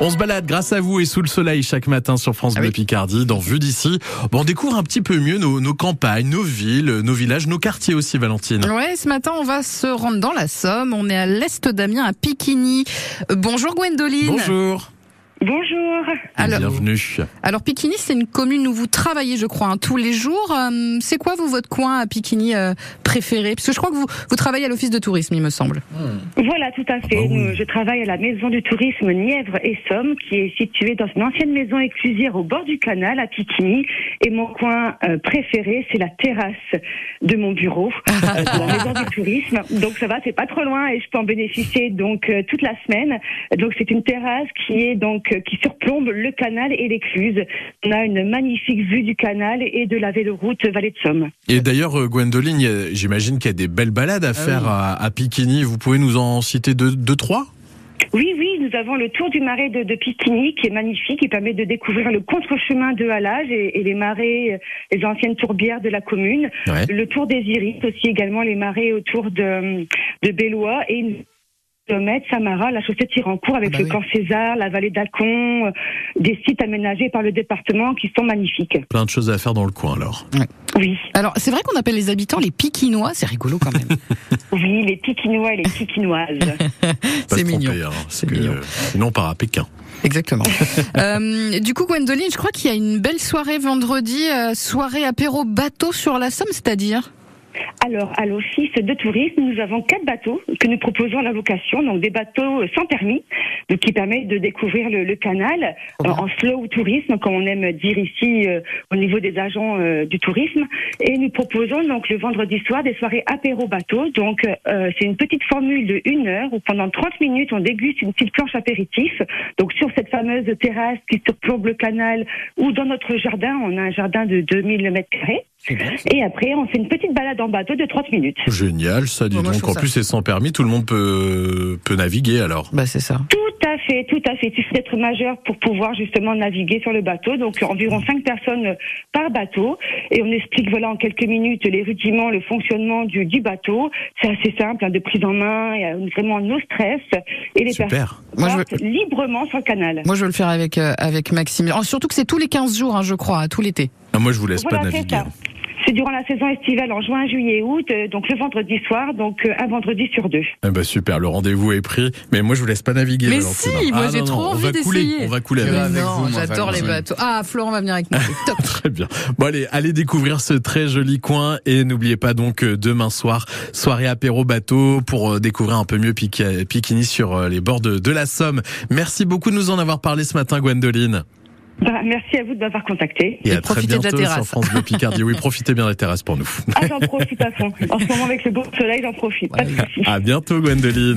On se balade grâce à vous et sous le soleil chaque matin sur France Ah Bleu oui. Picardie, dans Vue d'ici. Bon, on découvre un petit peu mieux nos, nos campagnes, nos villes, nos villages, nos quartiers aussi, Valentine. Ouais, ce matin, on va se rendre dans la Somme. On est à l'est d'Amiens, à Piquigny. Euh, Bonjour Gwendoline. Bonjour. Bonjour. et Alors- Bienvenue. Alors Piquigny, c'est une commune où vous travaillez, je crois, hein, tous les jours. Euh, c'est quoi, vous, votre coin à Piquigny euh, préféré Parce que je crois que vous, vous travaillez à l'office de tourisme, il me semble. Voilà, tout à fait. Ah oui. Nous, Je travaille à la maison du tourisme Nièvre et Somme, qui est située dans une ancienne maison éclusière au bord du canal à Piquigny. Et mon coin euh, préféré, c'est la terrasse de mon bureau, euh, de la maison du tourisme. Donc ça va, c'est pas trop loin et je peux en bénéficier donc euh, toute la semaine. Donc c'est une terrasse qui est donc euh, qui surplombe le canal et l'écluse. On a une magnifique vue du canal et de la véloroute Vallée de Somme. Et d'ailleurs, euh, Gwendoline, il y a- j'imagine qu'il y a des belles balades Ah à faire à, à Piquigny. Vous pouvez nous en citer deux, deux trois Oui, oui, nous avons le tour du marais de, de Piquigny qui est magnifique, qui permet de découvrir le contre-chemin de Halage et, et les marais, euh, les anciennes tourbières de la commune. Ouais. Le tour des Iris aussi également, les marais autour de, de Bellois et une kilomètre, Samara, la chaussée Tirancourt avec Ah bah le oui. camp César, la vallée d'Alcon, euh, des sites aménagés par le département qui sont magnifiques. Plein de choses à faire dans le coin, alors. Oui, Alors, c'est vrai qu'on appelle les habitants les Piquinois, c'est rigolo quand même. oui, les Piquinois et les Piquinoises. Pas c'est se tromper, mignon. hein, parce C'est que, mignon. euh, Sinon, on part à Pékin. Exactement. Euh, du coup, Gwendoline, je crois qu'il y a une belle soirée vendredi, euh, soirée apéro bateau sur la Somme, c'est-à-dire Alors, à l'office de tourisme, nous avons quatre bateaux que nous proposons à la location, donc des bateaux euh, sans permis, donc qui permettent de découvrir le, le canal euh, en slow tourisme, comme on aime dire ici euh, au niveau des agents euh, du tourisme. Et nous proposons donc le vendredi soir des soirées apéro bateau. Donc, euh, c'est une petite formule de une heure où pendant 30 minutes, on déguste une petite planche apéritif. Donc, sur cette fameuse terrasse qui surplombe le canal ou dans notre jardin, on a un jardin de 2000 mètres carrés. Et après, on fait une petite balade en bateau de 30 minutes. Génial, ça, dis Bon, moi, je donc. trouve En ça- plus, c'est sans permis, tout le monde peut, peut naviguer, alors. Bah, c'est ça. Tout à fait, tout à fait. Il faut être majeur pour pouvoir justement naviguer sur le bateau. Donc environ 5 personnes euh, par bateau. Et on explique voilà en quelques minutes les rudiments, le fonctionnement du, du bateau. C'est assez simple, hein, de prise en main, et, euh, vraiment no stress. Et les personnes Super. Moi, je veux- partent librement sur le canal. Moi, je veux le faire avec, euh, avec Maxime. Oh, surtout que c'est tous les 15 jours, hein, je crois, tout l'été. Ah, Moi, je vous laisse pas Voilà, c'est naviguer. ça. C'est durant la saison estivale en juin, juillet, août, euh, donc le vendredi soir, donc euh, un vendredi sur deux. Ah bah super, le rendez-vous est pris. Mais moi, je vous laisse pas naviguer. Mais Valentine. si, moi, Ah j'ai non, non, trop on envie va couler, d'essayer. On va couler Mais avec. avec non, vous, moi, j'adore les bateaux. Valentine. Ah, Florent va venir avec nous. Top. Très bien. Bon allez, allez découvrir ce très joli coin et n'oubliez pas donc euh, demain soir soirée apéro bateau pour euh, découvrir un peu mieux Piqui- Piquigny sur euh, les bords de, de la Somme. Merci beaucoup de nous en avoir parlé ce matin, Gwendoline. Bah, merci à vous de m'avoir contacté. Et, Et à très profitez de la bientôt sur terrasse. France Bleu Picardie. Oui, profitez bien de la terrasse pour nous. Ah, j'en profite à fond. En ce moment, avec le beau soleil, j'en profite. Pas de soucis. À bientôt, Gwendoline.